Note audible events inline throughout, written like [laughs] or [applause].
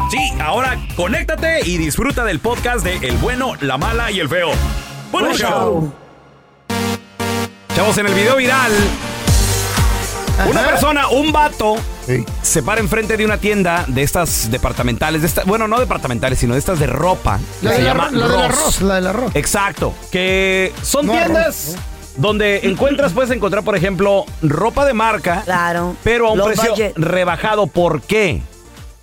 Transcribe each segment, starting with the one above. Sí, ahora conéctate y disfruta del podcast de El bueno, la mala y el feo. Buen Buen show. Chavos, en el video viral, una persona, un vato, se para enfrente de una tienda de estas departamentales, de esta- bueno, no departamentales, sino de estas de ropa. que La, se del llama arroz, la del Ross. arroz, la Mm. del arroz. Exacto. Que son No, tiendas [laughs] donde encuentras, puedes encontrar, por ejemplo, ropa de marca. Claro. Pero a un Low precio budget. rebajado. ¿Por qué?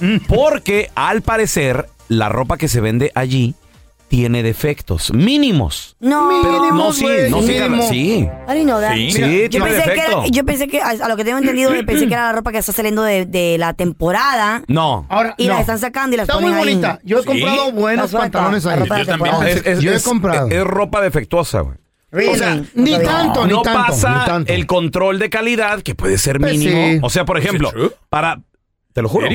Mm. Porque al parecer la ropa que se vende allí tiene defectos mínimos. No. pues. Mínimo, No, sí, güey, no, sí, mínimo. Carla, sí. I didn't know that. Sí, tiene yo, pensé que era, defecto. yo pensé que, a, a lo que tengo entendido, yo pensé que era la ropa que está saliendo de, de la temporada No. Ahora, y no. las están sacando y las Está muy ponen ahí. bonita. Yo he comprado buenos Está suelta, pantalones la ahí. ropa de Yo también. temporada. Es- es- Yo he es- comprado. es ropa defectuosa, güey. O sea, Really? ni No. tanto, ni no tanto. pasa ni tanto. el control de calidad, que puede ser Pues mínimo. sí. O sea, por ejemplo, para. Te lo juro.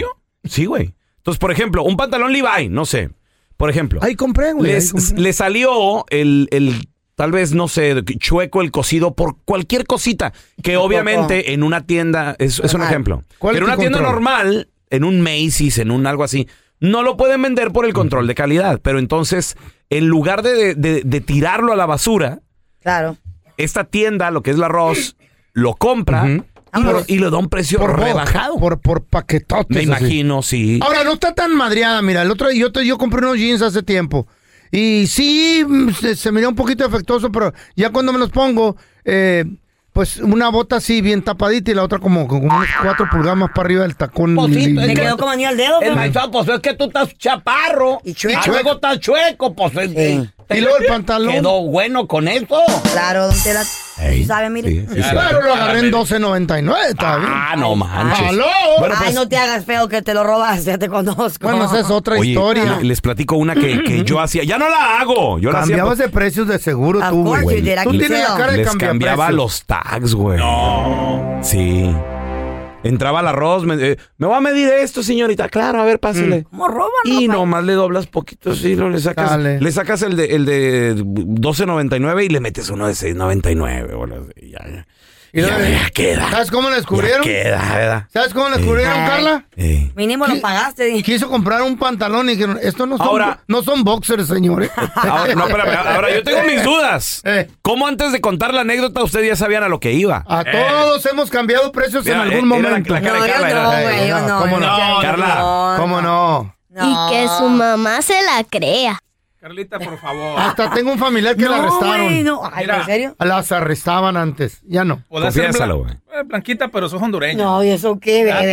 Sí, güey. Entonces, por ejemplo, un pantalón Levi, no sé. Por ejemplo, Ahí compré, güey. ahí les- compré. le salió el, el- Tal vez, no sé, chueco el cosido por cualquier cosita. Que obviamente en una tienda. Es, es un Normal. ejemplo. Pero Quality en una tienda control. normal, en un Macy's, en un algo así. No lo pueden vender por el control de calidad. Pero entonces, en lugar de- de- de- de tirarlo a la basura, Claro. esta tienda, lo que es la Ross, lo compra y, lo, Vámonos. y lo da a un precio por rebajado. Por, por paquetotes. Me así. imagino, sí. Ahora, no está tan madreada, mira. El otro día yo, te- yo compré unos jeans hace tiempo. Y sí, mm, se, se me dio un poquito defectuoso, pero ya cuando me los pongo, eh, pues una bota así bien tapadita y la otra como, como unos cuatro pulgadas más para arriba del tacón. Pues sí, limpio. Me quedó como anillo al dedo. pero- pues es que tú estás chaparro. Y chueco. y luego estás chueco, pues. Sí. Y luego el pantalón. bueno con eso. Claro, don Tela. ¿Tú sabes, mire? Claro, lo agarré en 12.99, está bien. Ah, no manches. ¡Aló! Bueno, Ay, pues, no te hagas feo que te lo robas, ya te conozco. Bueno, esa es otra oye, historia. le- les platico una que, que yo hacía. Ya no la hago. Yo la hacía. Cambiabas de precios de seguro Of tú, course güey. you did, I Tú can tienes la tell. cara de Les cambiar cambiaba precios. los tags, güey. No. Sí. Entraba al arroz, me, eh, me voy a medir esto, señorita. Claro, a ver, pásele. ¿Cómo roban? Y ropa? nomás le doblas poquito, sí, lo- le sacas, Dale. le sacas el de el de 12.99 y le metes uno de 6.99 o lo- ya, ya. Y Ya, luego- ya queda. ¿Sabes cómo Ya lo descubrieron? queda, [laughs] ¿verdad? ¿Sabes cómo lo descubrieron, Ay. Carla? Eh. Mínimo lo pagaste. dije. Quiso comprar un pantalón y dijeron, estos no son, Ahora- no son boxers, ¿eh? señores. [laughs] Ahora, no, espérame, ahora yo tengo mis dudas. Eh. ¿Cómo antes de contar la anécdota ustedes ya sabían a lo que iba? Eh, A todos hemos cambiado precios Eh. Mira, en eh, algún mira la- momento. la cara No, de yo Carla, no, era- güey, yo Eh, no. ¿cómo no? yo Carla, ¿Cómo no? No. Y que su mamá se la crea. Carlita, por favor. Hasta tengo un familiar que no, la arrestaron. güey, no. Ay, Mira. ¿en serio? Las arrestaban antes, ya no. Confiésalo, güey. Eh, Blanquita, pero sos hondureña. No, ¿y eso qué, Ya eh, te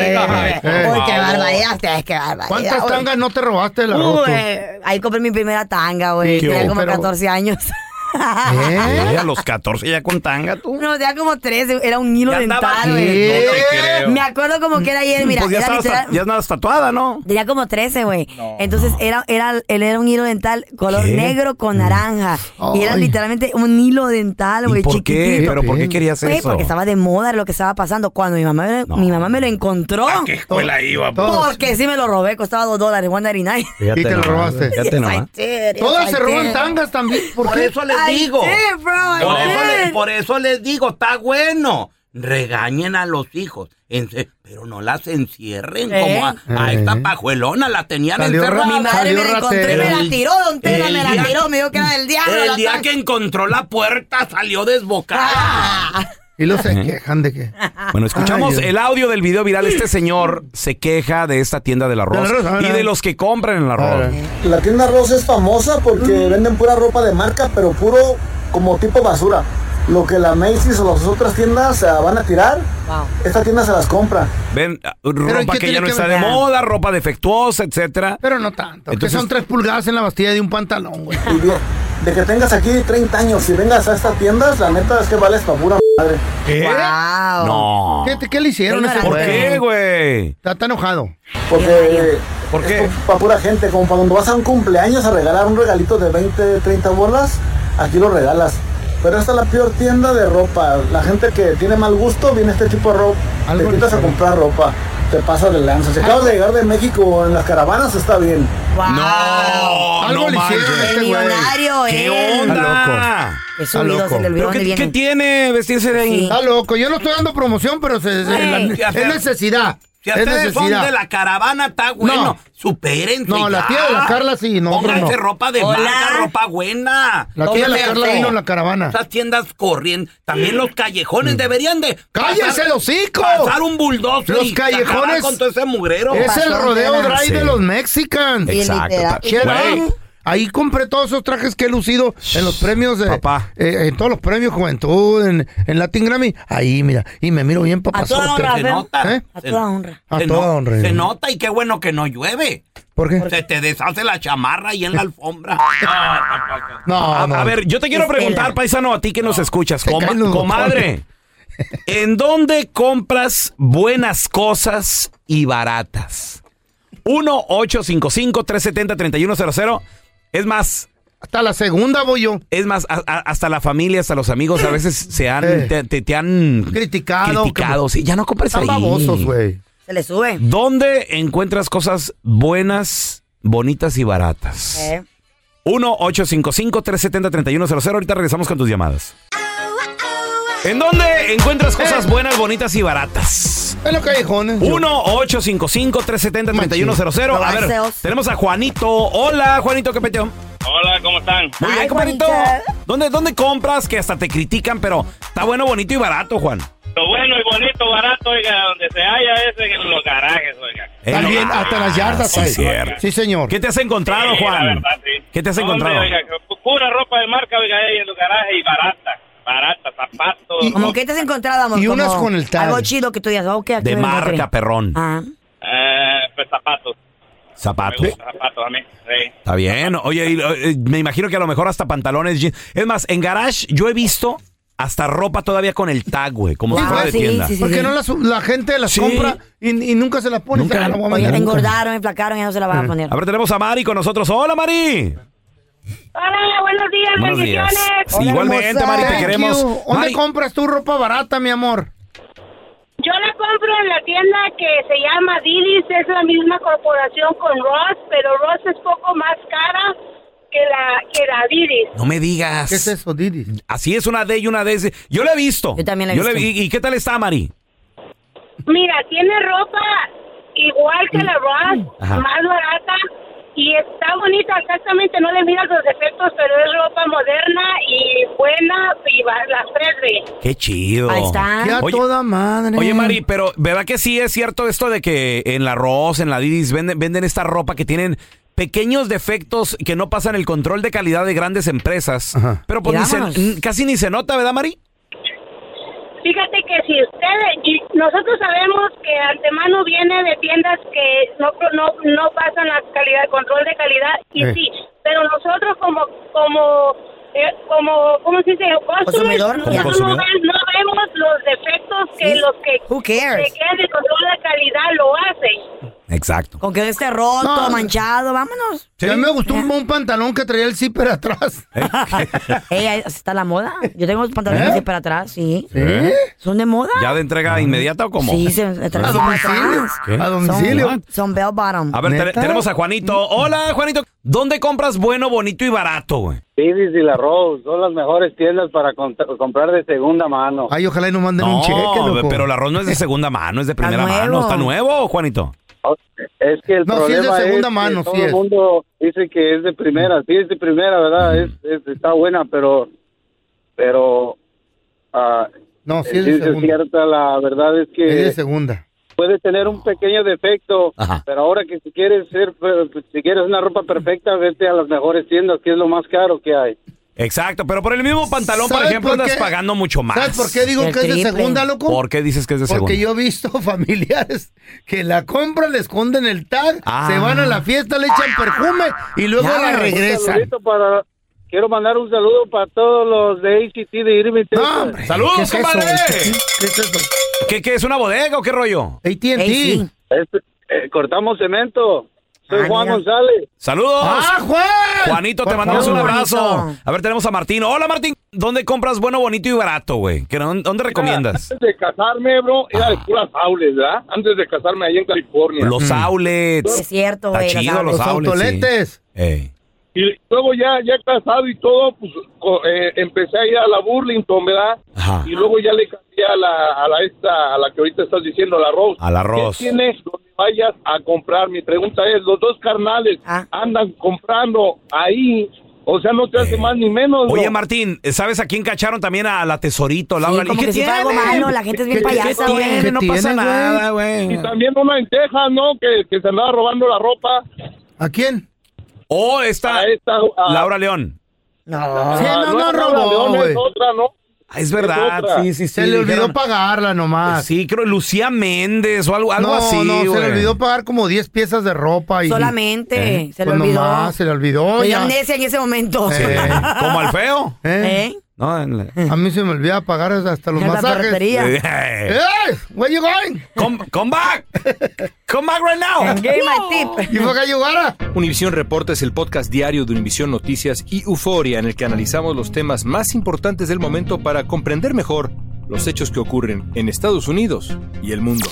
cae, bebé? por Uy, qué favor. barbaridad, ustedes, qué barbaridad. ¿Cuántas uy. tangas no te robaste de la Uy, roto? ahí compré mi primera tanga, güey. ¿Qué Tenía hubo? como Pero- 14 años. ¿Eh? Eh, a los 14 ya con tanga, tú. [laughs] No, tenía como 13, era un hilo Ya andabas- dental, güey. ¿Qué? No te creo. Me acuerdo como que era ayer, mira, Pues ya, era estabas, literal- ta- ya estabas tatuada, ¿no? Tenía como 13, güey. Entonces era, era, él era un hilo dental color ¿Qué? negro con naranja. Y era Ay. literalmente un hilo dental, güey, ¿Y por qué? chiquitito. ¿Pero por qué querías Güey, eso? porque estaba de moda era lo que estaba pasando. Cuando mi mamá, me- No. mi mamá me lo encontró, Ah, ¿Qué escuela Pues iba? po? Todos. porque sí me lo robé, costaba dos dólares, 1.99. Y te lo robaste. Ya te nomás. Todas se roban tangas también. ¿Por qué? eso les digo. Por eso, le- bro. por eso les digo, está bueno. Regañen a los hijos, ence- pero no las encierren ¿Eh? como a, a Eh. esta pajuelona, la tenían Salió encerrada. ra- Mi madre Salió me la encontré, ratero. me la tiró, don Tela, El me la día- tiró, me dijo que era del diablo. la El día tanga. que encontró la puerta salió desbocada. Ah, [laughs] Y los se quejan de que. Bueno, escuchamos Ay, Dios. el audio del video viral. Este señor se queja de esta tienda del arroz, Del arroz, ah, a ver, a y de ver. los que compran el A arroz. ver. La tienda Ross es famosa porque Mm. venden pura ropa de marca, pero puro como tipo basura. Lo que la Macy's o las otras tiendas ah, van a tirar, Wow. esta tienda se las compra. Ven, ah, ¿y ropa qué que ya tiene no que está ver? de moda, ropa defectuosa, etcétera. Pero no tanto. Entonces- que son tres pulgadas en la bastilla de un pantalón, güey. Y bien, de que tengas aquí 30 años y vengas a estas tiendas, la neta es que vales para pura madre. Wow. No. ¿Qué, te- qué le hicieron a ese ¿Por güey? qué, güey? Está tan enojado. Porque ¿Por qué? para pura gente, como para cuando vas a un cumpleaños a regalar un regalito de 20, 30 bolas, aquí lo regalas. Pero esta es la peor tienda de ropa. La gente que tiene mal gusto viene a este tipo de ropa. Algo Te quitas a diferente. comprar ropa. Te pasas de lanza. Si acabas de llegar de México en las caravanas, está bien. Wow. No, Algo no le manches. hicieron a este El güey. millonario, eh. ¿Qué Está onda? Es Está un Ah, loco. se le olvidó ¿Pero dónde qué, qué viene. tiene vestirse de ahí? Está loco. Yo no estoy dando promoción, pero se- se- Güey. la- es necesidad. Si es ustedes son necesidad. de la caravana, está bueno. No. Supérense. No, la ya. tía de la Carla sí, no, Pónganse hombre, no. ropa de Hola. marca, ropa buena. La tía de la Pónganse Carla eso. vino en la caravana. Esas tiendas corriendo. También los callejones deberían de. ¡Cállense el hocico! Pasar un bulldozer. Los y acabar callejones Con todo ese mugrero. Es el Pastor rodeo de la- drive de Sí. los Mexicans. Sí, Exacto. literal. Güey, Cheran. Ahí compré todos esos trajes que he lucido en los premios de. Papá. eh, en todos los premios Juventud, en, en Latin Grammy. Ahí, mira. Y me miro bien A toda papazote. honra, se Fer. nota. ¿Eh? A Se- toda honra. A se toda no- honra. ¿eh? Se nota y qué bueno que no llueve. ¿Por qué? Se te deshace la chamarra y en la alfombra. Ah, No, A, no. Este, a ver, yo te quiero Estela. preguntar, paisano, a ti que nos escuchas, Se coma- caen los comadre. ¿En dónde compras buenas cosas y baratas? 1-855-370-3100. Es más, Hasta la segunda voy yo. es más, a- a- hasta la familia, hasta los amigos a veces se han, Eh. te, te- te han Criticado, criticado, sí, ya no compres Están ahí. babosos, güey. Se le sube. ¿Dónde encuentras cosas buenas, bonitas y baratas? Eh. 1-855-370-3100. Ahorita regresamos con tus llamadas. ¿En dónde encuentras Eh, cosas buenas, bonitas y baratas? En los callejones. 1-855-370-3100. A ver, tenemos a Juanito. Hola, Juanito, ¿qué peteo? Hola, ¿cómo están? Muy bien, Ay, Juanito. Juanito. ¿Dónde, ¿Dónde compras que hasta te critican, pero está bueno, bonito y barato, Juan? Lo bueno y bonito, barato, oiga, donde se halla es en los garajes, oiga. Está Eh, bien, no- hasta las yardas, Sí, güey. cierto. Sí, señor. ¿Qué te has encontrado, Sí, la Juan? verdad, sí. ¿Qué te has Hombre, encontrado? oiga, que pura ropa de marca, oiga, ahí en los garajes y barata, barata, zapatos. Y- Eh, Como que te has encontrado, amor. Y unas como con el tag. Algo chido que tú digas, "Oh, ok, aquí De me encontré. marca, perrón. Ah. eh, pues zapatos, me Zapatos. gustan zapatos a mí, sí. Está bien. Oye, y, eh, me imagino que a lo mejor hasta pantalones. jeans. Es más, en Garage yo he visto hasta ropa todavía con el tag, güey, como si Wow, fuera de sí, tienda. sí, sí. Porque no las, la gente las Sí. compra y, y nunca se las pone. Ah, Nunca. Mm. Se las voy a Oye, mandar. engordaron, enflacaron, ya no se la van a poner. A ver, tenemos a Mari con nosotros. ¡Hola, Mari! Hola, buenos días, Buenos días. Sí, Hola, igualmente, hermosa. Mari, te Thank queremos. you. ¿Dónde Mari, compras tu ropa barata, mi amor? Yo la compro en la tienda que se llama Didis, es la misma corporación con Ross, pero Ross es poco más cara que la, que la Didis. No me digas. ¿Qué es eso, Didi? Así es, una D y una D. Yo la he visto. Yo también la he visto. ¿Y y qué tal está, Mari? Mira, tiene ropa igual que la Ross, Mm. Ajá. más barata. Y está bonita, exactamente, no le miras los defectos, pero es ropa moderna y buena y va- las tres B. Qué chido. Ahí está. Ya toda madre. Oye, Mari, pero ¿verdad que sí es cierto esto de que en la Ross, en la Didis, venden, venden esta ropa que tienen pequeños defectos que no pasan el control de calidad de grandes empresas? Pero pues Y ni se- vámonos. n- casi ni se nota, ¿verdad, Mari? Fíjate que si ustedes, y nosotros sabemos que antemano viene de tiendas que no pro- no, no pasan la calidad, control de calidad, y Eh. sí, pero nosotros como, como, eh, como, ¿cómo se dice? Customers, Consumidor. Como nosotros consumidor. No, ven- no vemos los defectos que Sí. los que Who cares? se quedan de control de calidad lo hacen. Exacto. Con que esté roto, No. manchado, vámonos. A mí me gustó un, un pantalón que traía el zipper [laughs] atrás. ¿Eh? Ey, ahí está la moda. Yo tengo los pantalones así para atrás, sí. ¿Eh? ¿Son de moda? ¿Ya de ¿Mm? entrega inmediata o cómo? Ah. Sí, se se traen para atrás. ¿Qué? A Son- domicilio. Son, bell bottom. A ver, te- ¿Neta? tenemos a Juanito. Hola, Juanito. ¿Dónde compras bueno, bonito y barato, güey? Didis y la Rose son las mejores tiendas para cont- comprar de segunda mano. Ay, ojalá y no manden No, un cheque, loco. pero el arroz no es de segunda mano, es de primera mano. nuevo. ¿Está nuevo, Juanito? Es que el No, sí es de problema segunda que mano, todo sí es. el mundo dice que es de primera, sí es de primera, ¿verdad? Es, es- está buena, pero pero ah, No, sí es de ciencia segunda. cierta, la verdad es que Es de segunda. puede tener un pequeño defecto, pero ahora que si quieres ser pues, si quieres una ropa perfecta, vete a las mejores tiendas, que es lo más caro que hay. Exacto, pero por el mismo pantalón, por ¿Sabes ejemplo, por andas qué? pagando mucho más. ¿Sabes Ah, por qué digo que es de segunda, loco? ¿Por qué dices que es de segunda? Porque yo he visto [laughs] familiares que la compran, le esconden el tag, Ah. se van a la fiesta, le echan perfume y luego la Un regresan. saludito para- quiero mandar un saludo para todos los de ACT de Irving, Texas. ¡Saludos, ¿Qué es eso? compadre! ¿Qué es eso? ¿Qué, es una bodega o qué rollo? Este, eh, cortamos cemento. Soy Ah, Juan mira. González. ¡Saludos! ¡Ah, Juan! Juanito, te Por mandamos un favor. abrazo. A ver, tenemos a Martín. Hola, Martín. ¿Dónde compras bueno, bonito y barato, güey? ¿Qué- ¿Dónde dónde recomiendas? Antes de casarme, bro, era de puras aules, ¿verdad? Antes de casarme ahí en California. Los outlets. Es cierto, Está güey. las chido, los aulas. outlets. sí. Ey. Y luego ya, ya casado y todo, pues co- eh, empecé a ir a la Burlington, ¿verdad? Ajá. Y luego ya le cambié a la, a la esta, a la que ahorita estás diciendo, a la Rose. A la Rose. ¿Qué tienes donde vayas a comprar? Mi pregunta es, los dos carnales andan comprando ahí, o sea, no te hace más ni menos. Eh. Oye, bro. Martín, ¿sabes a quién cacharon también? A la tesorito, Laura. como ¿Y qué que si fuera tiene? algo malo, la gente es bien ¿Qué- payasa, ¿Qué güey. tiene? No ¿Qué pasa tiene, nada, Y güey. también uno en Texas, ¿no? Que, que se andaba robando la ropa. ¿A quién? Oh, está Laura León. No, no, no, Ah, Laura robó, León es güey. otra, ¿no? Ah, Es verdad, otra. sí, sí, sí. Se le olvidó dijeron- pagarla nomás. Sí, creo Lucía Méndez o algo, algo no, así, no, se güey. le olvidó pagar como 10 piezas de ropa. Y, Solamente, se le pues olvidó. nomás, se le olvidó. Soy ya. amnesia en ese momento. [laughs] Sí. Como al feo. ¿Eh? No, A mí se me olvida pagar hasta los En la masajes. barbería. ¡Eh! Where you going? Come, back. Come back right now. Give my tip. You forgot you gotta. Univisión Reporta es el podcast diario de Univisión Noticias y Euforia en el que analizamos los temas más importantes del momento para comprender mejor los hechos que ocurren en Estados Unidos y el mundo.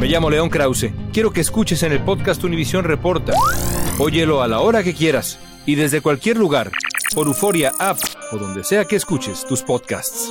Me llamo León Krause. Quiero que escuches en el podcast Univisión Reporta. Óyelo a la hora que quieras y desde cualquier lugar por Euforia App o donde sea que escuches tus podcasts.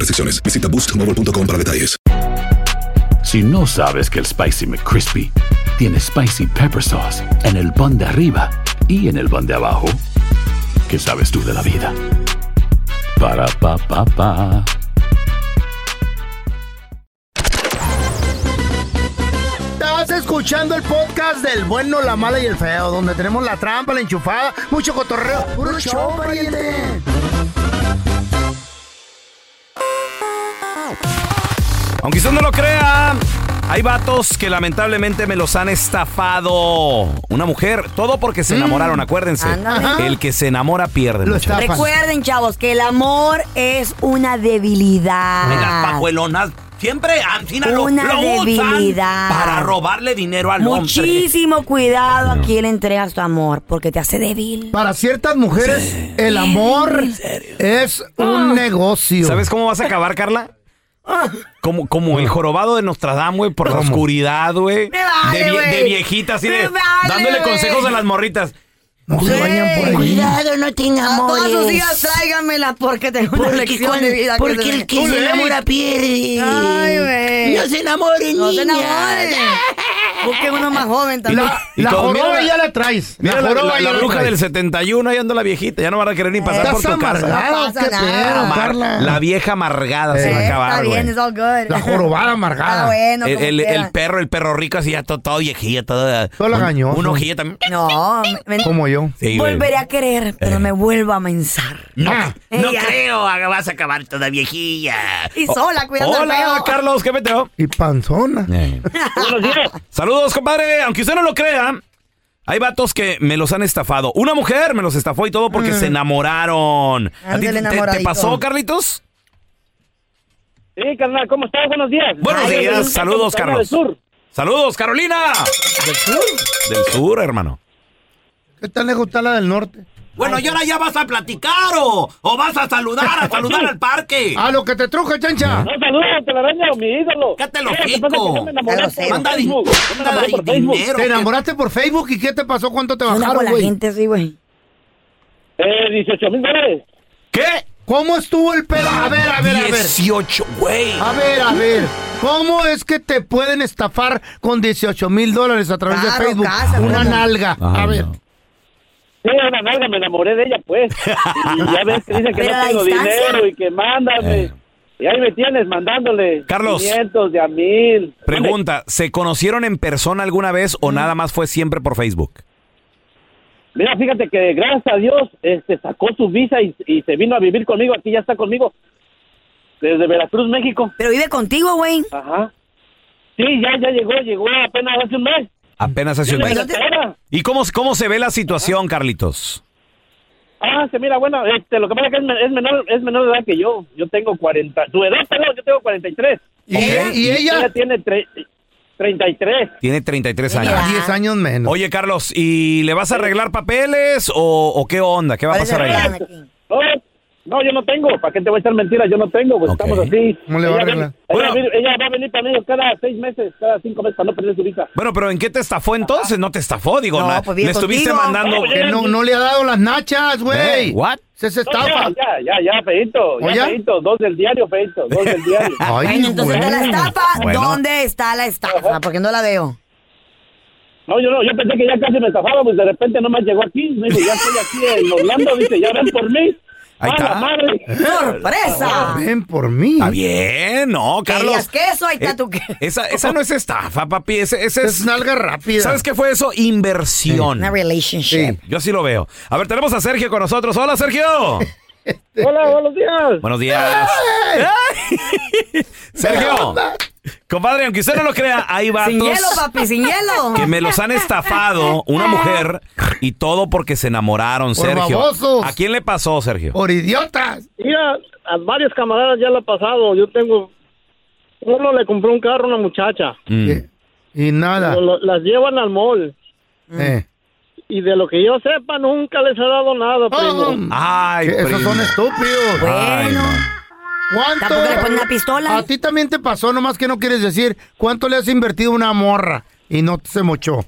restricciones. Visita boostmobile.com para detalles. Si no sabes que el Spicy McCrispy tiene Spicy Pepper Sauce en el pan de arriba y en el pan de abajo. ¿Qué sabes tú de la vida? Para, pa, pa, pa. Estás escuchando el podcast del bueno, la mala y el feo, donde tenemos la trampa, la enchufada, mucho cotorreo. ¡Puro show, pariente! Aunque usted no lo crea, hay vatos que lamentablemente me los han estafado. Una mujer, todo porque se enamoraron, acuérdense. ándale. El que se enamora pierde. muchachos. Recuerden, chavos, que el amor es una debilidad. Las pajuelonas siempre Ancina lo, Ah. Una lo usan debilidad. para robarle dinero al hombre. Muchísimo cuidado a quien le entregas tu amor, porque te hace débil. Para ciertas mujeres, el amor es Ah. un negocio. ¿Sabes cómo vas a acabar, Carla? Como, como el jorobado de Nostradamus, güey, por la oscuridad, güey. Me vale, de, vie- de güey. viejita, así de. Me vale, dándole güey. consejos a las morritas. No se vayan por ahí. Cuidado, no te enamores. todas sus hijas tráigamela porque tengo una Porque lección cuando- de vida. porque el que se enamora pierde. Ay, güey. No se enamoren, No se niñas. [laughs] enamoren. Busquen uno más joven también. La- Y la todo, mira joroba la- ya la traes. Mira, la, la- la bruja del 71, ahí anda la viejita, ya no van a querer ni pasar Estás por tu casa. amargado, No pasa qué nada. pedo, Carla. La vieja amargada se va a acabar, Está bien, güey. it's all good. La jorobada amargada. Ah, bueno, el, como el- quiera. el perro, el perro rico, así ya todo, todo viejillo, todo. Todo lagañoso. Un ojillo también. No, me- Como yo. Sí, güey. volveré a querer, pero me vuelvo a mensar. Eh. No, no Ella. creo, ah, vas a acabar toda viejilla. Y sola, cuidando al Hola, feo. Carlos, ¿qué [laughs] meteo? Y panzona. Saludos, compadre. Aunque usted no lo crea, hay vatos que me los han estafado. Una mujer me los estafó y todo porque Mm. se enamoraron. ¿A ti te- Ándale, te, enamoradito. pasó, Carlitos? Sí, carnal, ¿cómo estás? Buenos días. Buenos Ay, días, ay, ay, saludos, Carolina Carlos. del Sur. Saludos, Carolina. ¿Del sur? Del sur, hermano. ¿Qué tan lejos está la del norte? Bueno, ¿y ahora ya vas a platicar o, o vas a saludar, a saludar al parque? A lo que te truje, chancha. No, saludos, te la mi ídolo. ¿Qué te lo Mira, pico? ¿qué pasa que yo me enamoré Claro, por sí. Manda di- Facebook? Yo me manda enamoré di- por Facebook. dinero, ¿Te ¿qué? enamoraste por Facebook y qué te pasó? ¿Cuánto te Una con bajaron, la güey? gente, sí, güey. Eh, 18 mil dólares. ¿Qué? ¿Cómo estuvo el pedo? A ver, a ver, a ver. 18, güey. A ver, a ver. ¿Cómo es que te pueden estafar con 18 mil dólares a través de Claro, Facebook? casa, Ah. Una ¿cómo? nalga. a ver. Sí, una nalga, me enamoré de ella, [laughs] pues. Y ya ves que dicen que Pero no a tengo distancia. dinero y que mándame. Eh. Y ahí me tienes mandándole. Carlos. 500 de a mil. Pregunta, ¿se conocieron en persona alguna vez Mm. o nada más fue siempre por Facebook? Mira, fíjate que gracias a Dios este, sacó su visa y, y se vino a vivir conmigo. Aquí ya está conmigo. Desde Veracruz, México. Pero vive contigo, güey. Ajá. Sí, ya, ya llegó, llegó apenas hace un mes. Apenas hace un mes. ¿Y cómo, cómo se ve la situación, Carlitos? Ah, se mira, bueno, este, lo que pasa es que es, men- es menor, es menor de edad que yo. Yo tengo 40. Tu edad, perdón, yo tengo 43. ¿Y ella- y ella? tiene tre- 33. Tiene 33 años. Ah, 10 años menos. Oye, Carlos, ¿y le vas a arreglar papeles o, o qué onda? ¿Qué va Pues, a pasar ahí? No, no, yo no tengo. ¿Para qué te voy a echar mentiras? Yo no tengo, pues estamos así. ¿Cómo le va a Ella arreglar? viene- Ella, viene- ella va a venir conmigo cada seis meses, cada cinco meses para no perder su visa. Bueno, pero ¿en qué te estafó entonces? No te estafó, digo, No, na- pues, bien le estuviste contigo. mandando... Oye, Que pues, no, no le ha dado las nachas, Eh, güey. what? Se se estafa. No, ya, ya, ya, Feito. ¿O Ya, ya? Feito. Dos del diario, Feito. Dos del [laughs] diario. Bueno, entonces está la estafa. Bueno. ¿Dónde está la estafa? Porque no la veo. No, yo no, yo pensé que ya casi me estafaba, pues de repente nomás llegó aquí. Me dijo, ya estoy aquí en Orlando, dice, ya ven por mí. Ahí ¡A está. la madre! ¡Sorpresa! Ven por mí. Está bien, no, Carlos. Querías queso, ahí está Eh, tu que- Esa, esa no es estafa, papi. Ese, ese es, Es nalga rápida. ¿Sabes qué fue eso? Inversión. Una relationship. Yo así lo veo. A ver, tenemos a Sergio con nosotros. Hola, Sergio. Hola, buenos días. Buenos días. Ay. [laughs] Sergio. Compadre, aunque usted no lo crea, hay vatos Sin hielo, papi, sin [laughs] hielo. que me los han estafado, una mujer, y todo porque se enamoraron, Por Sergio. babosos. ¿A quién le pasó, Sergio? Por idiotas. Mira, a varios camaradas ya lo ha pasado. Yo tengo. Uno le compró un carro a una muchacha. Eh, Y nada. Lo- lo- las llevan al mall. Eh. Y de lo que yo sepa, nunca les ha dado nada, Oh. primo. Ay, Que esos primo. son estúpidos. Ay, Bueno. ¿Cuánto? Tampoco le ponen la pistola. A ti también te pasó, nomás que no quieres decir cuánto le has invertido a una morra y no se mochó.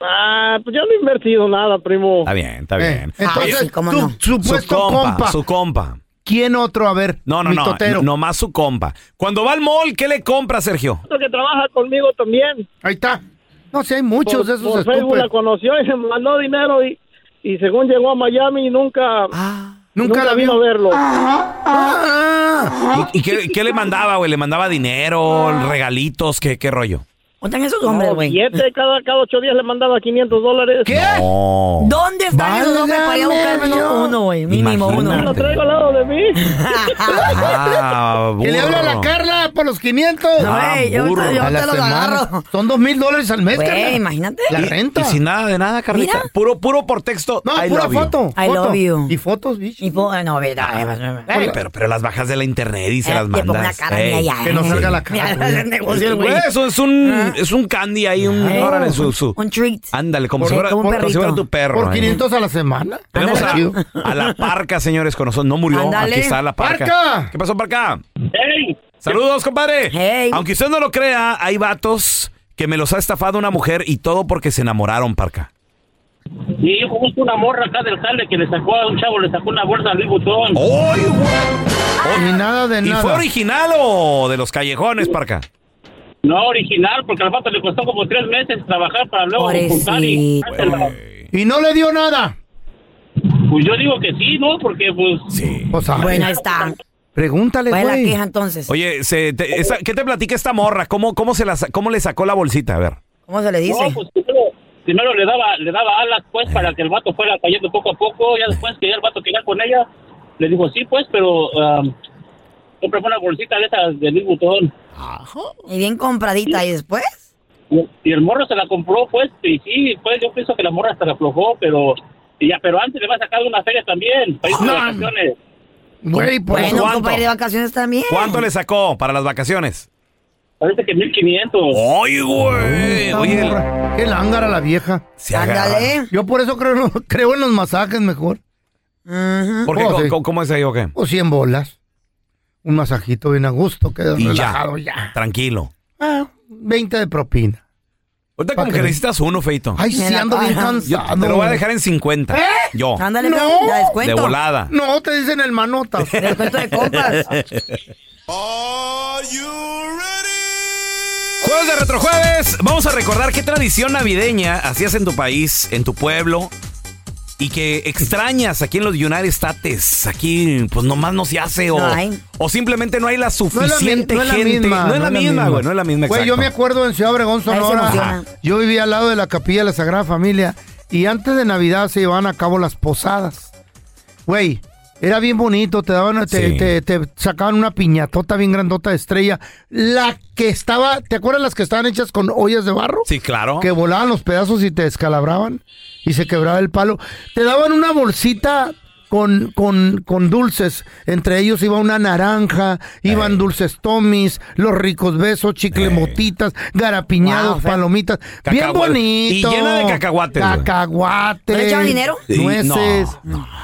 Ah, pues yo no he invertido nada, primo. Está bien, está bien. Eh, entonces, Oye, ¿cómo tu no? supuesto su compa, compa. Su compa. ¿Quién otro? A ver, No, no, mi no. totero. Nomás su compa. Cuando va al mall, ¿qué le compra, Sergio? Otro que trabaja conmigo también. Ahí está. No, sí hay muchos por- de esos por Facebook la estúpidos. conoció y se mandó dinero y, y según llegó a Miami nunca Ah. nunca la vio. vino Ah. a verlo. ¿Y, y qué, qué le mandaba, güey? ¿Le mandaba dinero, regalitos? ¿Qué, qué rollo? ¿Dónde esos hombres, güey? Siete, cada, cada ocho días le mandaba 500 dólares. ¿Qué? No. ¿Dónde están esos hombres para ir a buscarme uno, uno, güey? Mínimo uno. Lo traigo al lado [laughs] de mí. Ah, [laughs] Que le burro. habla a la Carla por los 500. No, Ah, güey, yo- burro. yo A la te los semana. agarro. Son dos mil dólares al mes, Güey, Carla. imagínate. La Y- renta. y sin nada de nada, Carlita. Mira. Puro, puro por texto. No, I pura love you. foto. I foto. love you. Y fotos, bicho. Ah. Y po- ah, no, mira, Oye, pero, pero las bajas de la internet y se Eh, las que ponga mandas. cara, mira, Ey. ya, Que no eh. salga la cara, [laughs] Mira, güey. el negocio, el güey. Güey, Eso es un, es un candy ahí, un, Ay. órale, su, su- Un treat. Ándale, como, Por- si fuera, como un como si perrito. fuera tu perro. Por ahí. 500 a la semana. Tenemos a, a la parca, señores, con nosotros. No murió. Ándale. Aquí está la parca. ¡Parca! ¿Qué pasó, parca? Saludos, compadre. Aunque usted no lo crea, hay vatos que me los ha estafado una mujer y todo porque se enamoraron, parca. Y yo conozco una morra acá del jale que le sacó a un chavo, le sacó una bolsa al Luis Butón. ¡Ay, Y nada de ¿Y nada. fue original o de los callejones, parca? No, original, porque al vato le costó como tres meses trabajar para luego juntar y... Y no le dio nada. Pues yo digo que sí, ¿no? Porque pues... Sí. Bueno, ahí está. Pregúntale, ¿Cuál es la güey. queja entonces? Oye, se- te- esta- ¿qué te platica esta morra? ¿Cómo, cómo, se la, sa- ¿Cómo le sacó la bolsita? A ver. ¿Cómo se le dice? No, pues primero, primero le daba le daba alas, pues, para que el vato fuera cayendo poco a poco. Ya después que ya el vato quería con ella, le dijo, sí, pues, pero... Um, compré una bolsita de esas de Luis Butón. Ah. Y bien compradita. ¿Y después? Y el morro se la compró, pues, y sí, pues yo pienso que la morra se la aflojó, pero y ya, pero antes le va a sacar una feria también, para irse de vacaciones. Güey, pues, bueno, ¿cuánto? compa, ir de vacaciones también. ¿Cuánto le sacó para las vacaciones? Parece que 1500. ¡Ay, güey! Oye, el- Qué lángara la vieja. Se agarra. Ándale. Yo por eso creo, [laughs] en los- creo en los masajes mejor. ¿por qué? Oh, ¿Cómo, sí. cómo- cómo es ahí o qué? O 100 bolas. Un masajito bien a gusto, queda Y relajado ya. ya. Tranquilo. Ah, 20 de propina. Ahorita como Pa' que que- necesitas uno, Feito. Ay, sí, ando bien Yo cansado. ¿Eh? te lo voy a dejar en 50. Yo. Ándale, pero ya descuento. De volada. No, te dicen el [laughs] manota. Descuento de compras. Jueves de Retrojueves, vamos a recordar qué tradición navideña hacías en tu país, en tu pueblo, y que extrañas aquí en los United States. Aquí, pues nomás no se hace, o, No hay. o simplemente no hay la No es la, mi- suficiente no es la gente. misma. no es la misma, güey, no es la misma, Güey, yo exacto. me acuerdo en Ciudad Obregón, se Sonora. emociona. Yo vivía al lado de la capilla de la Sagrada Familia. Y antes de Navidad se llevaban a cabo las posadas. Güey, era bien bonito. Te daban, te, Sí. te- te sacaban una piñatota bien grandota de estrella. La que estaba, ¿te acuerdas las que estaban hechas con ollas de barro? Sí, claro. Que volaban los pedazos y te descalabraban y se quebraba el palo. Te daban una bolsita con, con, con dulces. Entre ellos iba una naranja, iban dulces tomis, los ricos besos, chicle motitas, garapiñados, palomitas. Bien Ah, Cacahuate. bonito. Y llena de cacahuates, güey. Cacahuates. ¿No le echaban dinero? Sí, Nueces.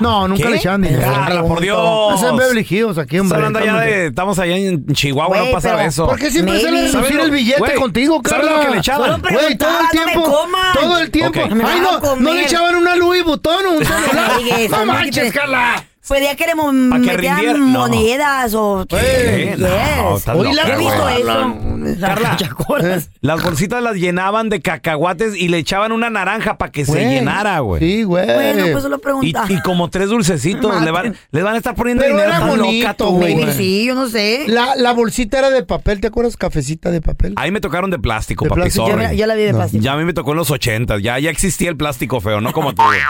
No, nunca ¿Qué? le echaban dinero. Carla, Pues por Dios. Hacen Beverly Hills aquí, hombre. Estamos hablando ya de- estamos allá en Chihuahua, Güey, no pasaba pero eso. ¿Por qué siempre sale a ¿Saben reducir lo- el billete güey, contigo, ¿saben Carla? lo que le echaban? Güey, todo el preguntaba, no me tiempo. coman. todo el tiempo. Ok. Ay, no, Comer. no le echaban una Louis Vuitton o [laughs] un celular. Rodríguez, no son manches, múltiples. Carla. Pues ya queremos Pa' que meter rindiera, no. monedas o... ¿Qué? No, estás Hoy la loca, he visto güey. eso. Carla, eh. las bolsitas las llenaban de cacahuates y le echaban una naranja para que se Güey, llenara, güey. Sí, güey. Bueno, pues eso lo preguntaba. Y, y como tres dulcecitos le van, les van a estar poniendo Pero dinero. era Estás loca bonito, tú, güey. güey. yo no sé. La, la bolsita era de papel, ¿te acuerdas? Cafecita de papel. Ahí me tocaron de plástico, papi, plástico. sorry. Yo me- yo la vi de No. plástico. Ya a mí me tocó en los ochentas. Ya, ya existía el plástico feo, no como tú. güey. [laughs]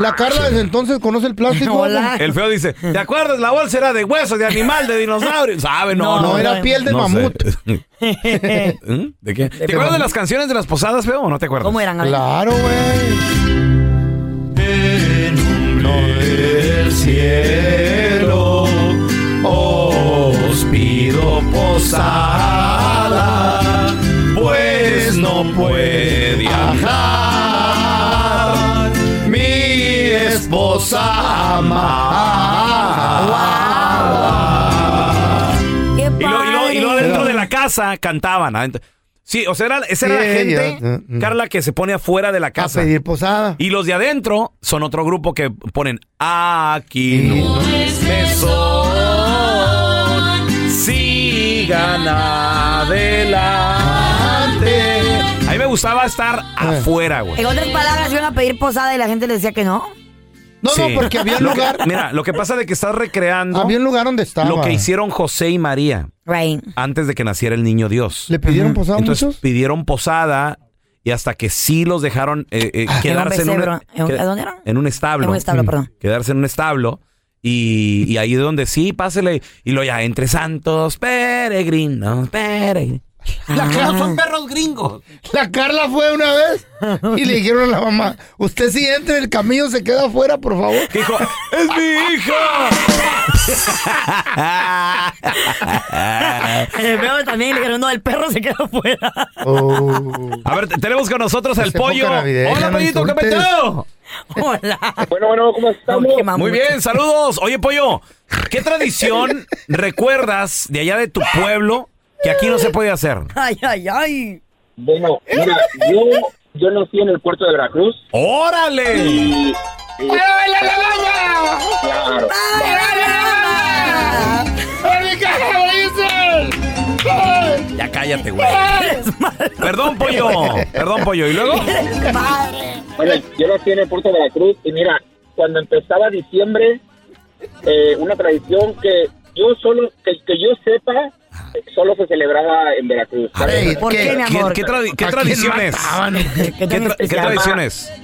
La Carla desde entonces conoce el plástico. El feo dice, ¿te acuerdas? La bolsa era de hueso, de animal, de dinosaurio. ¿Sabe? No, No, no. era piel de No sé. mamut. [laughs] ¿Mm? ¿De qué? ¿Te acuerdas de las canciones de las posadas, feo, o no te acuerdas? ¿Cómo eran? A ver. Claro, güey. del cielo os pido posada, pues no puede Ajá. mi esposa amada. Qué Y luego, y luego- y luego padre. adentro de la casa cantaban. adentro. Sí, o sea, era- esa era la Sí, ya, gente, ya, ya. Carla, que se pone afuera de la A casa. pedir posada. Y los de adentro son otro grupo que ponen aquí no es mesón, sigan adelante. A mí me gustaba estar Eh. afuera, güey. En otras palabras, iban a pedir posada y la gente le decía que no. Sí. Lo que- mira, lo que pasa de que estás recreando. Había un lugar donde estaba. Lo que hicieron José y María Right. antes de que naciera el niño Dios. ¿Le pidieron Ajá. posada a Entonces muchos? pidieron posada y hasta que sí los dejaron eh, eh, quedarse en, Ah, becerro. una- ¿En un- que- a dónde era? en un establo. En un establo, Mm. perdón. Quedarse en un establo. Y, y ahí es donde sí, pásele. Y lo ya, entre santos, peregrinos, peregrinos. Ah. La Carla fue- perros gringos. la Carla fue una vez y le [laughs] dijeron a la mamá, usted si entra en el camino se queda afuera, por favor. Dijo, ¡es mi hija! [laughs] El perro también le dijeron, no, el perro se queda afuera. Oh. A ver, te- tenemos con nosotros Pues al Esa época pollo. ¿eh? navideña, Hola, no Pedrito, ¿qué insultes. pedo? Hola. Bueno, bueno, ¿cómo estamos? Muy bien, saludos. Oye, pollo, ¿qué [laughs] tradición recuerdas de allá de tu pueblo que aquí no se puede hacer? Ay, ay, ay. Bueno, mira, yo, yo nací en el puerto de Veracruz. ¡Órale! Claro. Ya cállate, güey. Perdón, pollo. Perdón, pollo. ¿Y luego? Bueno, yo nací en el puerto de Veracruz y mira, cuando empezaba diciembre, eh, una tradición que yo solo, que, que yo sepa, eh, solo se celebraba en Veracruz. ver, ¿por qué, mi amor? ¿Qué- qué tradi- qué ¿A quién tradiciones? mataban? ¿Qué, tra- qué Se llama- tradiciones?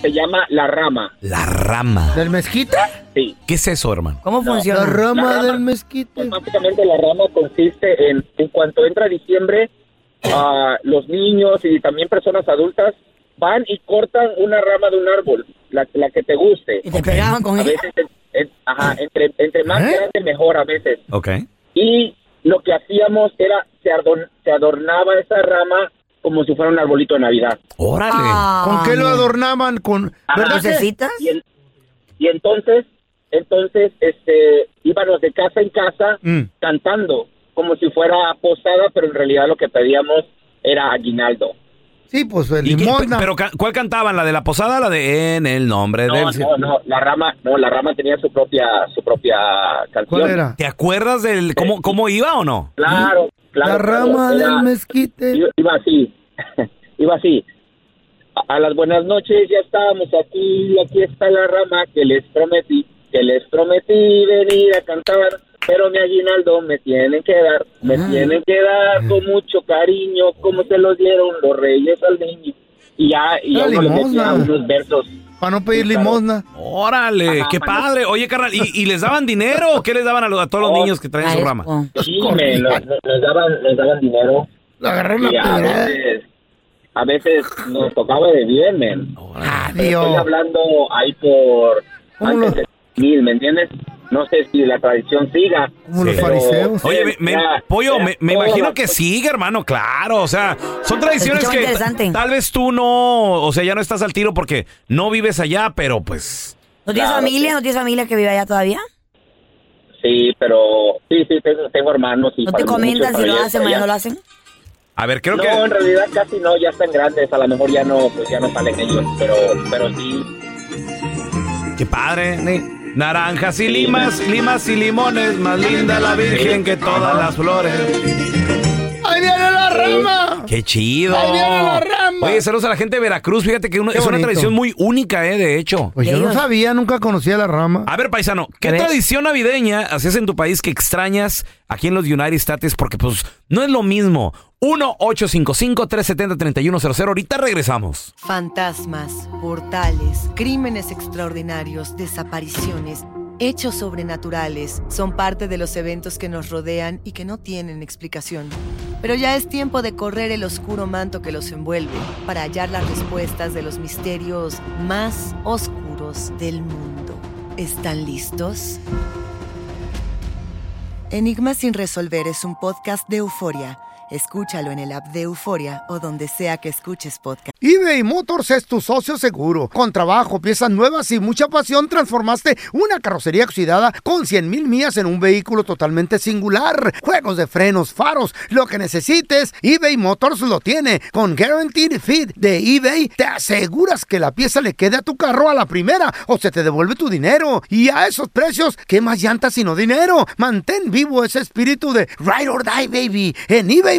Se llama La Rama. La rama. ¿Del mezquita? Sí. ¿Qué es eso, hermano? ¿Cómo La rama del mezquite. Pues básicamente la rama consiste en, en cuanto entra diciembre, ah, los niños y también personas adultas van y cortan una rama de un árbol, la, la que te guste. Y te pegaban con a ella. veces, en- en- ajá, entre, entre más ¿Eh? grande mejor a veces. Ok. Y lo que hacíamos era, se, adorn- se adornaba esa rama como si fuera un arbolito de Navidad. ¡Órale! Ah. ¿Con qué lo adornaban? ¿Con Ajá. pues verdad que- Y, en- y entonces, entonces, este, íbamos de casa en casa Mm. cantando como si fuera posada, pero en realidad lo que pedíamos era aguinaldo. Sí, pues el ¿Y qué- limón. pero ca- ¿cuál cantaban? ¿La de la posada? ¿La de en el nombre No, del no, no, la rama, no, la rama tenía su propia, su propia canción. ¿Te acuerdas del cómo, cómo iba o no? Claro, claro. La rama claro, era- del mezquite. iba- Iba así, [laughs] iba así. A, a las buenas noches ya estábamos aquí, y aquí está la rama que les prometí, que les prometí venir a cantar, pero mi aguinaldo me tienen que dar, me Ah. tienen que dar con mucho cariño, como se los dieron los reyes al niño. Y ya, y ya La uno les limosna. decía unos versos. Para no pedir limosna. Órale, Ajá, qué mano. padre. Oye, carnal, ¿y, y les daban dinero o qué les daban a, los- a todos los niños que traen su rama? Sí, me, nos, nos- nos daban, nos daban dinero. Lo agarré en la Y a pedrada. veces- A veces nos tocaba de bien, men. Pero Estoy hablando ahí por antes de 2000, ¿me entiendes? No sé si la tradición siga. Sí. pero- Oye, me- me- Ya, pollo, ya, me, me todas imagino las- que sí, hermano, claro. O sea, son tradiciones Escuchaba que interesante. ta- tal vez tú no, o sea, ya no estás al tiro porque no vives allá, pero pues. ¿No tienes familia? ¿No tienes familia que vive allá todavía? Sí, pero sí, sí, tengo, tengo hermanos. Y ¿No te comentan si lo hacen o no lo hacen? A ver, creo no, que. en realidad casi no, ya están grandes, a lo mejor ya no, pues ya no salen ellos, pero, pero sí. Qué padre. Naranjas y limas, limas y limones, más linda la virgen que todas las flores. ¡Ahí viene la rama! Qué chido. Ahí viene la rama. Oye, saludos a la gente de Veracruz. Fíjate que uno- Qué es una bonito. tradición muy única, eh, de hecho. Pues yo no sabía, nunca conocía la rama. A ver, paisano, ¿qué ¿Crees? tradición navideña hacías en tu país que extrañas aquí en los United States? Porque pues no es lo mismo. 1-855-370-3100. Ahorita regresamos. Fantasmas, portales, crímenes extraordinarios, desapariciones, hechos sobrenaturales son parte de los eventos que nos rodean y que no tienen explicación. Pero ya es tiempo de correr el oscuro manto que los envuelve para hallar las respuestas de los misterios más oscuros del mundo. ¿Están listos? Enigma sin resolver es un podcast de euforia. Escúchalo en el app de Euforia o donde sea que escuches podcast. eBay Motors es tu socio seguro. Con trabajo, piezas nuevas y mucha pasión, transformaste una carrocería oxidada con 100 mil millas en un vehículo totalmente singular. Juegos de frenos, faros, lo que necesites, eBay Motors lo tiene. Con Guaranteed Fit de eBay, te aseguras que la pieza le quede a tu carro a la primera o se te devuelve tu dinero. Y a esos precios, ¿qué más llantas sino dinero? Mantén vivo ese espíritu de Ride or Die, baby, en eBay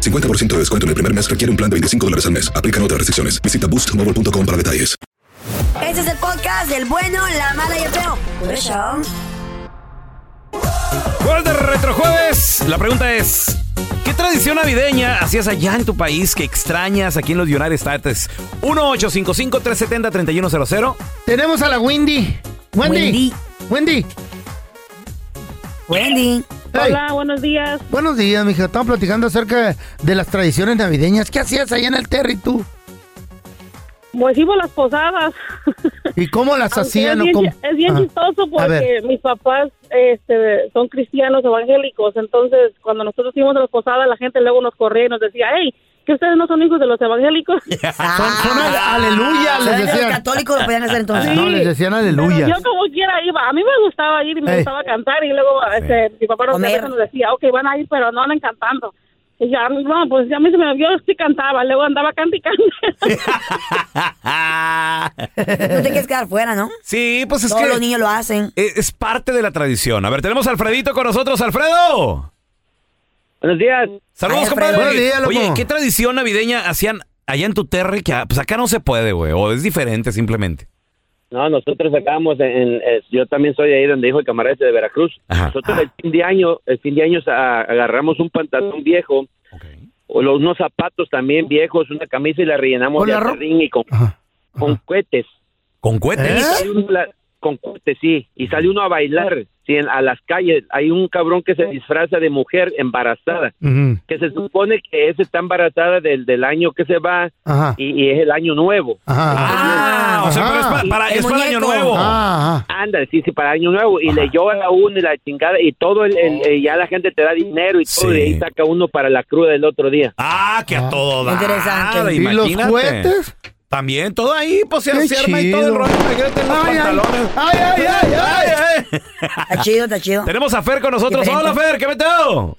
50% de descuento en el primer mes requiere un plan de 25 dólares al mes. Aplican otras restricciones. Visita boostmobile.com para detalles. Este es el podcast del bueno, la mala y el feo. Por [laughs] eso. Jueves de Retrojueves. La pregunta es: ¿Qué tradición navideña hacías allá en tu país que extrañas aquí en los United States? 1-855-370-3100. Tenemos a la Wendy. Wendy. Wendy. Wendy. Hola, buenos días. Buenos días, mija. Estamos platicando acerca de las tradiciones navideñas. ¿Qué hacías allá en el Terry tú? Pues iba a las posadas. ¿Y cómo las Aunque hacían? Es o bien, cómo? es bien Ajá. chistoso A ver. porque mis papás este, son cristianos evangélicos, entonces cuando nosotros íbamos a las posadas la gente luego nos corría y nos decía, hey, que ustedes no son hijos de [laughs] los evangélicos. Ah, Aleluya, les Los decían. ah, católicos lo podían hacer entonces. No, les decían aleluya. Yo como quiera iba, a mí me gustaba ir y me Ey. gustaba cantar y luego este, mi papá nos, a veces nos decía, ok, van a ir pero no andan cantando. Y ya, no, pues ya a mí se me vio, sí cantaba, luego andaba canticando. No te quieres quedar fuera, ¿no? Sí, pues es Todos que- los niños lo hacen. Eh, Es parte de la tradición. A ver, tenemos a Alfredito con nosotros. ¡Alfredo! Buenos días. Saludos, Ay, compadre. Alfredo. Buenos días, loco. Oye, ¿qué tradición navideña hacían allá en tu terry que ah, pues acá no se puede, güey? O es diferente simplemente. No, nosotros sacamos, en, en- es- yo también soy ahí donde dijo el camarada de Veracruz. Nosotros el fin de año, el fin de año sa- agarramos un pantalón viejo, o los, unos zapatos también viejos, una camisa y la rellenamos Con de la ro- acerrín y con, con cohetes. ¿Con Y sale uno a la- con cohetes, sí. Y sale uno a bailar sí, en- a las calles. Hay un cabrón que se disfraza de mujer embarazada. que se supone que esa está embarazada del, del año que se va Ajá. y, y es el año nuevo. Ah, o sea, pero es pa- para- El es para muñeco. Año Nuevo. Ah, Anda, Ah, sí, sí, para año nuevo. Y le llora a uno y la chingada y todo, el, el- eh, ya la gente te da dinero y todo, y ahí saca uno para la cruda del otro día. Ah, que a todo da. Interesante. ¿Y los imagínate. cohetes? También, todo ahí, pues se, Qué se arma y todo el chido. rollo. Imagínate en los Ay, ay. pantalones. Ay, ay, ay, ay. Está chido, está chido. Tenemos a Fer con nosotros. Diferente. Hola, Fer, ¿qué meteo?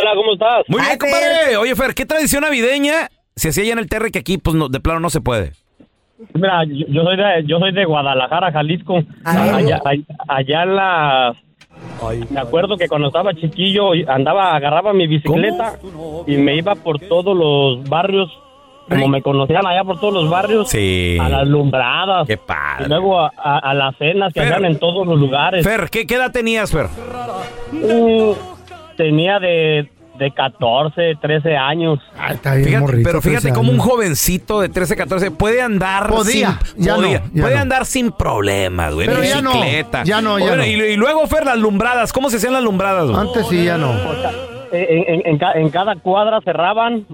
hola, ¿cómo estás? Muy bien, Hi, Fer. compadre. Oye, Fer, ¿qué tradición navideña se hacía allá en el terry que aquí, pues, no- de plano no se puede? Mira, yo, yo soy de yo soy de Guadalajara, Jalisco. Allá, ay- allá en la me acuerdo que cuando estaba chiquillo y andaba agarraba mi bicicleta y me iba por todos los barrios como me conocían allá por todos los barrios a las lumbradas y luego a, a- a las cenas que hacían en todos los lugares. Fer, ¿qué, qué edad tenías, Fer? Mm, tenía de de 14, 13 años. Fíjate, pero 13 fíjate cómo un años. jovencito de 13, 14 puede andar Podía, sin, ya no, podía, ya puede no. andar sin problemas, güey, Pero ya no, bicicleta. ya no, ya Oye, no. Y, y luego Fer las lumbradas, ¿cómo se hacían las lumbradas? güey? Antes sí, ya no. Eh, en, en- en ca- en cada cuadra cerraban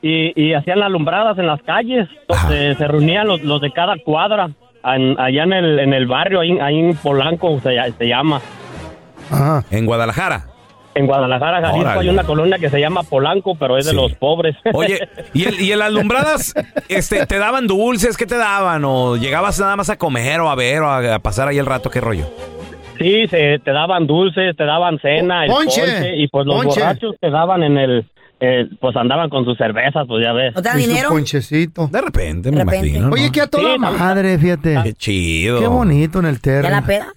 y, y hacían alumbradas en las calles. Se, se reunían los, los de cada cuadra en- allá en el, en el barrio, ahí, ahí en Polanco se, ll- se llama. En Guadalajara. En Guadalajara, Jalisco, Órale. hay una colonia que se llama Polanco, pero es de Sí. los pobres. [laughs] Oye, y, el- y en las lumbradas este, te daban dulces, ¿qué te daban? ¿O llegabas nada más a comer o a ver o a, a pasar ahí el rato? ¿Qué rollo? Sí, se, [laughs] te daban dulces, te daban cena, el Ponche, ponche, y pues los ponche. borrachos te daban en el... eh, pues andaban con sus cervezas, pues ya ves. Y su ponchecito. De repente, me De repente. imagino, ¿no? Oye, que a toda Sí, también. madre, fíjate. Qué chido. Qué bonito en el Terry.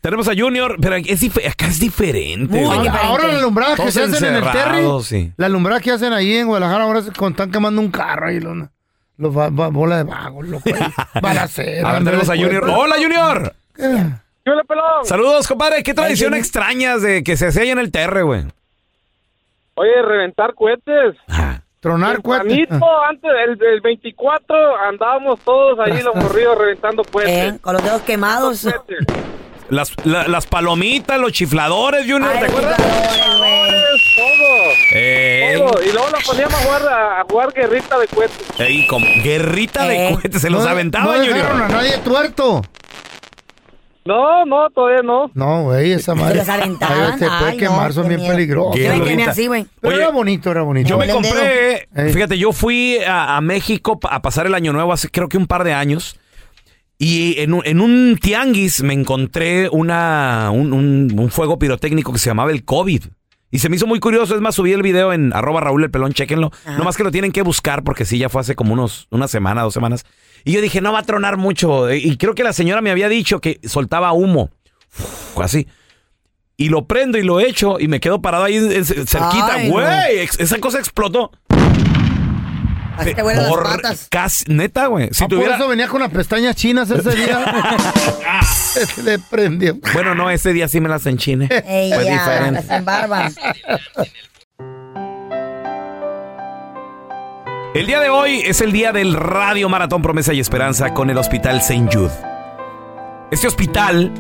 Tenemos a Junior, pero es dif- acá es diferente. Ahora- güey. Ahora las lumbradas que Todos se hacen en el Terry. encerrados, sí. Las lumbradas que hacen ahí en Guadalajara ahora se con- están quemando un carro ahí. Los, los ba- ba- bola de vagos, loco. [laughs] ahí. Balacera. A ver, tenemos pues. a Junior. ¡Hola, Junior! Saludos, compadre. ¿Qué tradición extrañas de que se hacía allá en el Terre, güey? Oye, reventar cohetes. Ah. Tronar El cohetes. Juanito, antes del, del 24, andábamos todos ahí los morridos [laughs] reventando cohetes. ¿Eh? Con los dedos quemados. Las, la- las palomitas, los chifladores, Junior, ¿te acuerdas? Todo, Ey, todo. Y luego nos poníamos a jugar, a jugar guerrita de cohetes. ey, como guerrita de cohetes, se los aventaba, Eh, No Junior. dejaron a nadie tuerto. No, no, todavía no. No, güey, esa madre. los aventaban. Ay, Se puede Ay, quemar, no, son qué bien miedo. peligrosos. Yo me quemé Guerrita. así, güey. Pero Oye, era bonito, era bonito. Yo me compré, fíjate, yo fui a, a México pa- a pasar el año nuevo hace creo que un par de años. Y en un, en un tianguis me encontré una, un, un- un fuego pirotécnico que se llamaba el COVID. Y se me hizo muy curioso, es más, subí el video en arroba Raúl el Pelón, chéquenlo. Nomás que lo tienen que buscar porque sí, ya fue hace como unos, una semana, dos semanas. Y yo dije, no va a tronar mucho. eh, Y creo que la señora me había dicho que soltaba humo. Uf, así. Y lo prendo y lo echo y me quedo parado ahí eh, cerquita. Ay, no. Güey, ex- esa cosa explotó. Así te vuelan las patas. Casi, neta, güey. Si Ah, tuviera. Por eso venía con las pestañas chinas ese [laughs] día. Se le prendió. Bueno, no, ese día sí me las [laughs] enchine. Ey, Fue ya, diferente. las en barbas. El día de hoy es el día del Radio Maratón Promesa y Esperanza con el Hospital St. Jude. Este hospital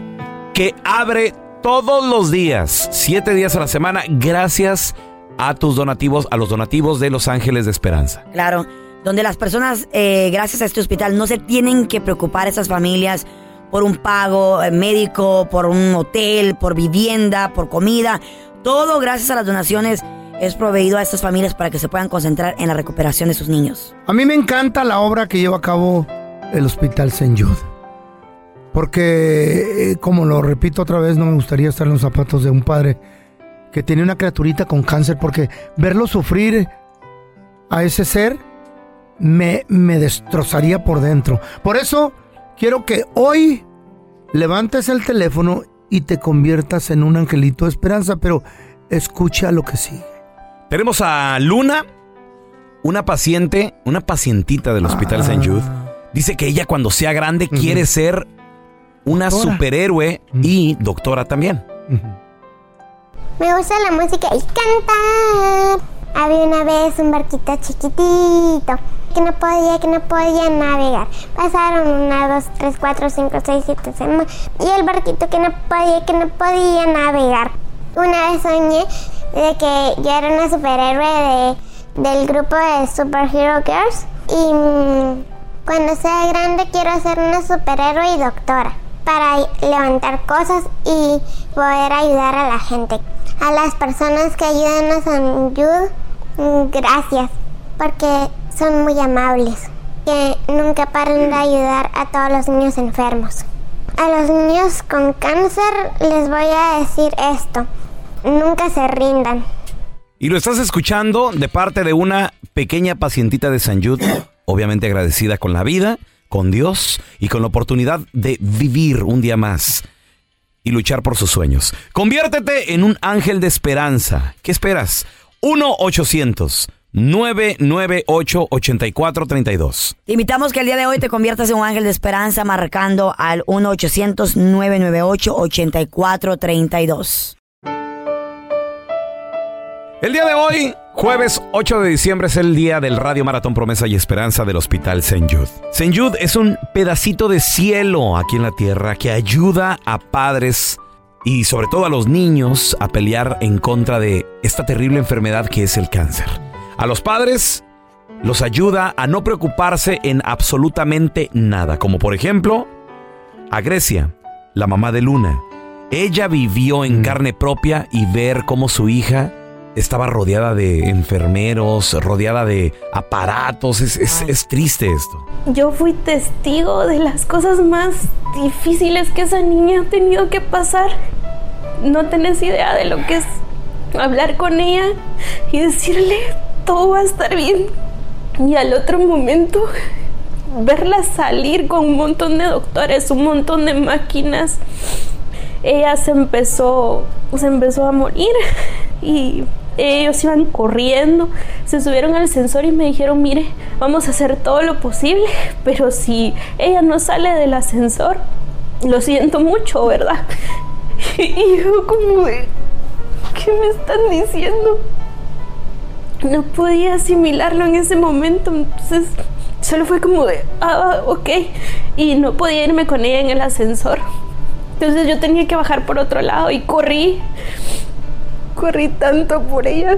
que abre todos los días, siete días a la semana, gracias a tus donativos, a los donativos de Los Ángeles de Esperanza. Claro, donde las personas, eh, gracias a este hospital, no se tienen que preocupar esas familias por un pago eh, médico, por un hotel, por vivienda, por comida. Todo gracias a las donaciones es proveído a estas familias para que se puedan concentrar en la recuperación de sus niños. A mí me encanta la obra que lleva a cabo el Hospital St. Jude. Porque, eh, como lo repito otra vez, no me gustaría estar en los zapatos de un padre que tiene una criaturita con cáncer, porque verlo sufrir a ese ser me, me destrozaría por dentro. Por eso quiero que hoy levantes el teléfono y te conviertas en un angelito de esperanza, pero escucha lo que sigue. Tenemos a Luna, una paciente, una pacientita del Hospital St. Jude. Dice que ella cuando sea grande quiere ser una Doctora. superhéroe y doctora también. Me gusta la música y cantar. Había una vez un barquito chiquitito que no podía, que no podía navegar. Pasaron una, dos, tres, cuatro, cinco, seis, siete semanas y el barquito que no podía, que no podía navegar. Una vez soñé de que yo era una superhéroe de- del grupo de Superhero Girls y mm, cuando sea grande quiero ser una superhéroe y doctora para levantar cosas y poder ayudar a la gente. A las personas que ayudan a San Jude, mm, gracias, porque son muy amables, que nunca paran de ayudar a todos los niños enfermos. A los niños con cáncer les voy a decir esto, nunca se rindan. Y lo estás escuchando de parte de una pequeña pacientita de St. Jude, obviamente agradecida con la vida, con Dios y con la oportunidad de vivir un día más y luchar por sus sueños. Conviértete en un ángel de esperanza. ¿Qué esperas? 1-800-998-8432. Te invitamos que el día de hoy te conviertas en un ángel de esperanza marcando al 1-800-998-8432. El día de hoy, jueves 8 de diciembre, es el día del Radio Maratón Promesa y Esperanza del Hospital St. Jude. St. Jude es un pedacito de cielo aquí en la tierra que ayuda a padres y sobre todo a los niños a pelear en contra de esta terrible enfermedad que es el cáncer. A los padres los ayuda a no preocuparse en absolutamente nada, como por ejemplo a Grecia, la mamá de Luna. Ella vivió Mm. en carne propia y ver cómo su hija estaba rodeada de enfermeros, rodeada de aparatos. Es, es- es triste esto. Yo fui testigo de las cosas más difíciles que esa niña ha tenido que pasar. No tenés idea de lo que es hablar con ella y decirle todo va a estar bien. Y al otro momento verla salir con un montón de doctores, un montón de máquinas. Ella se empezó, se empezó a morir [laughs] y ellos iban corriendo, se subieron al sensor y me dijeron, mire, vamos a hacer todo lo posible, [laughs] pero si ella no sale del ascensor, lo siento mucho, ¿verdad? Y yo como, de, ¿qué me están diciendo? no podía asimilarlo en ese momento, entonces solo fue como de, ah, ok, y no podía irme con ella en el ascensor. Entonces yo tenía que bajar por otro lado y corrí, corrí tanto por ella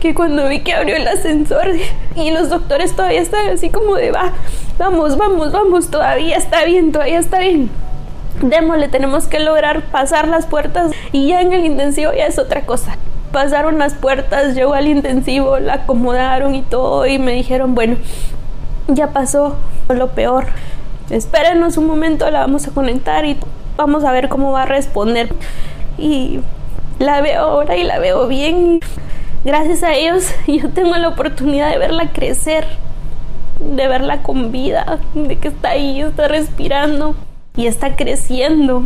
que cuando vi que abrió el ascensor y los doctores todavía estaban así como de, va, vamos, vamos, vamos, todavía está bien, todavía está bien. Démosle, tenemos que lograr pasar las puertas y ya en el intensivo ya es otra cosa pasaron las puertas, llegó al intensivo, la acomodaron y todo y me dijeron, bueno, ya pasó lo peor, espérenos un momento, la vamos a conectar y vamos a ver cómo va a responder. Y la veo ahora y la veo bien. Gracias a ellos [laughs] yo tengo la oportunidad de verla crecer, de verla con vida, de que está ahí, está respirando y está creciendo.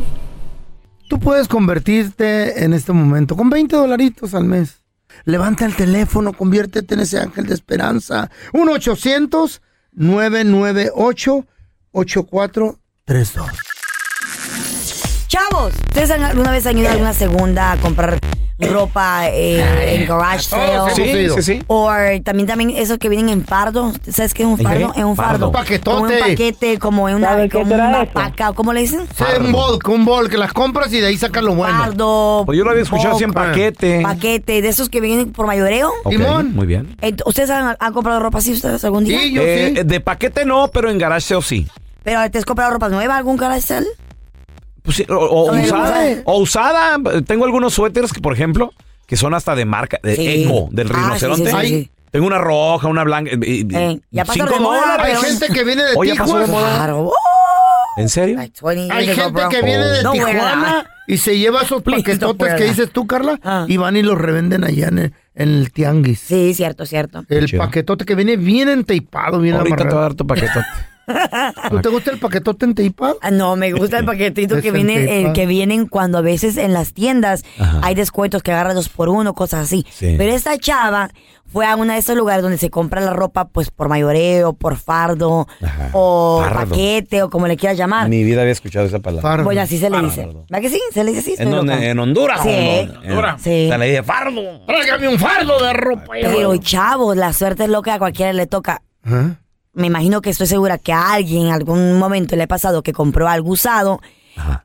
Tú puedes convertirte en este momento con 20 dolaritos al mes. Levanta el teléfono, conviértete en ese ángel de esperanza. 1-800-998-8432. Chavos, ¿ustedes han- alguna vez han ido a alguna segunda a comprar ropa eh, en garage sale? todos hemos Sí, ido. sí, sí. O eh, también, también esos que vienen en fardo. ¿Sabes qué es un ¿En fardo? qué? Es un fardo. Fardo. Paquetote. Como un paquete, como en una, como una paca. ¿Cómo le dicen? Sí, un bulk, un bulk, las compras y de ahí sacas lo bueno. Fardo. Pues yo lo había escuchado así en Boca. paquete. Paquete, de esos que vienen por mayoreo. Ok, Muy bien. Ent- ¿Ustedes han, han comprado ropa así ustedes algún día? Eh, De paquete no, pero en garage sale sí. ¿Pero te has comprado ropa nueva algún garage sale? Pues sí, o, o Ay, usada. güey. O usada. Tengo algunos suéteres que, por ejemplo, que son hasta de marca, de Sí. Eco, del Ah, rinoceronte. sí, sí, sí, sí. Tengo una roja, una blanca. eh, eh, ya pasó cinco de moda, dólares. pero- Hay gente que viene de Oh, ya pasó de Tijuas. moda. Claro. ¿En serio? Hay gente que viene de No, ¿verdad? Tijuana y se lleva esos paquetotes fuera. que dices tú, Carla, y van y los revenden allá en el, en el tianguis. Ah. Sí, cierto, cierto. El paquetote que viene bien enteipado, bien Ahorita te amarrado. voy a dar tu paquetote. [laughs] ¿Tú te gusta el paquetote enteipado? Ah, No, me gusta el paquetito Es que en viene, Tepa. eh, que vienen cuando a veces en las tiendas hay descuentos que agarran dos por uno, cosas así. Sí. Pero esta chava fue a uno de esos lugares donde se compra la ropa, pues por mayoreo, por fardo, o Fardo. paquete, o como le quieras llamar. Mi vida había escuchado esa palabra. Ah. Bueno, así se le dice. ¿Verdad que sí? Se le dice así. ¿En, estoy dónde? loca. en Honduras. Sí. En Honduras. Sí. Te la dije, fardo. Tráigame un fardo de ropa. Pero chavos, la suerte es lo que a cualquiera le toca. ¿Eh? Me imagino que estoy segura que a alguien en algún momento le ha pasado que compró algo usado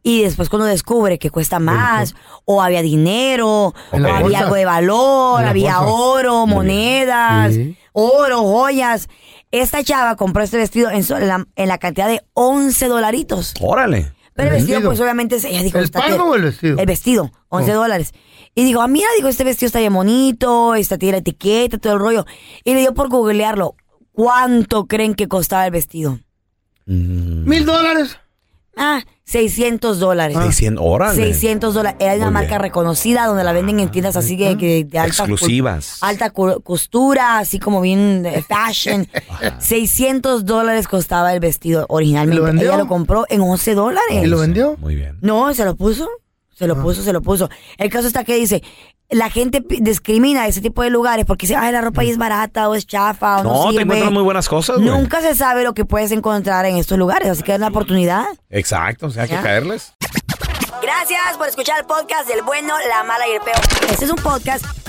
y después cuando descubre que cuesta más o había dinero En o la había bolsa. algo de valor, En la había bolsa. oro, Muy monedas, Sí. oro, joyas. Esta chava compró este vestido en, so- en la, en la cantidad de 11 dolaritos. Órale. Pero el vestido, Vestido. pues obviamente, ella dijo... ¿El "Está pan que- o el vestido? El vestido, 11 Oh. dólares. Y dijo, ah, mira, digo, este vestido está bien bonito, está, tiene la etiqueta, todo el rollo. Y le dio por googlearlo. ¿Cuánto creen que costaba el vestido? Mm. ¿Mil dólares? Ah. Ah, 600 dólares. 600, órale. 600 dólares. Era una Muy marca reconocida donde la venden en tiendas así que, que de alta cu- Exclusivas. Alta cu- costura, así como bien eh, [laughs] fashion. 600 dólares costaba el vestido originalmente. ¿Lo vendió? Ella lo compró en 11 dólares. ¿Y lo vendió? Muy bien. No, se lo puso. Se Ah. lo puso, se lo puso. El caso está que dice, la gente pi- discrimina ese tipo de lugares porque dice, ay, la ropa ahí es barata o es chafa o no, Mm. No, te sirve". encuentras muy buenas cosas, güey. Nunca se sabe lo que puedes encontrar en estos lugares, así que es una oportunidad. Exacto, o sea, hay que Ya. caerles. Gracias por escuchar el podcast del bueno, la mala y el peor. Este es un podcast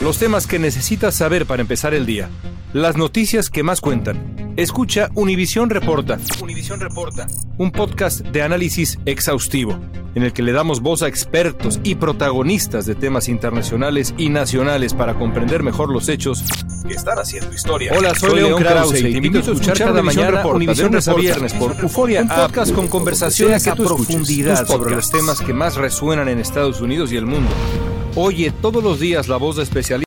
Los temas que necesitas saber para empezar el día. Las noticias que más cuentan. Escucha Univisión Reporta. Univisión Reporta. Un podcast de análisis exhaustivo, en el que le damos voz a expertos y protagonistas de temas internacionales y nacionales para comprender mejor los hechos que están haciendo historia. Hola, soy, León Krause y te invito a escuchar cada mañana Univisión de lunes a viernes por Euforia, un podcast con conversaciones a profundidad sobre los temas que más resuenan en Estados Unidos y el mundo. Oye todos los días la voz de especialistas.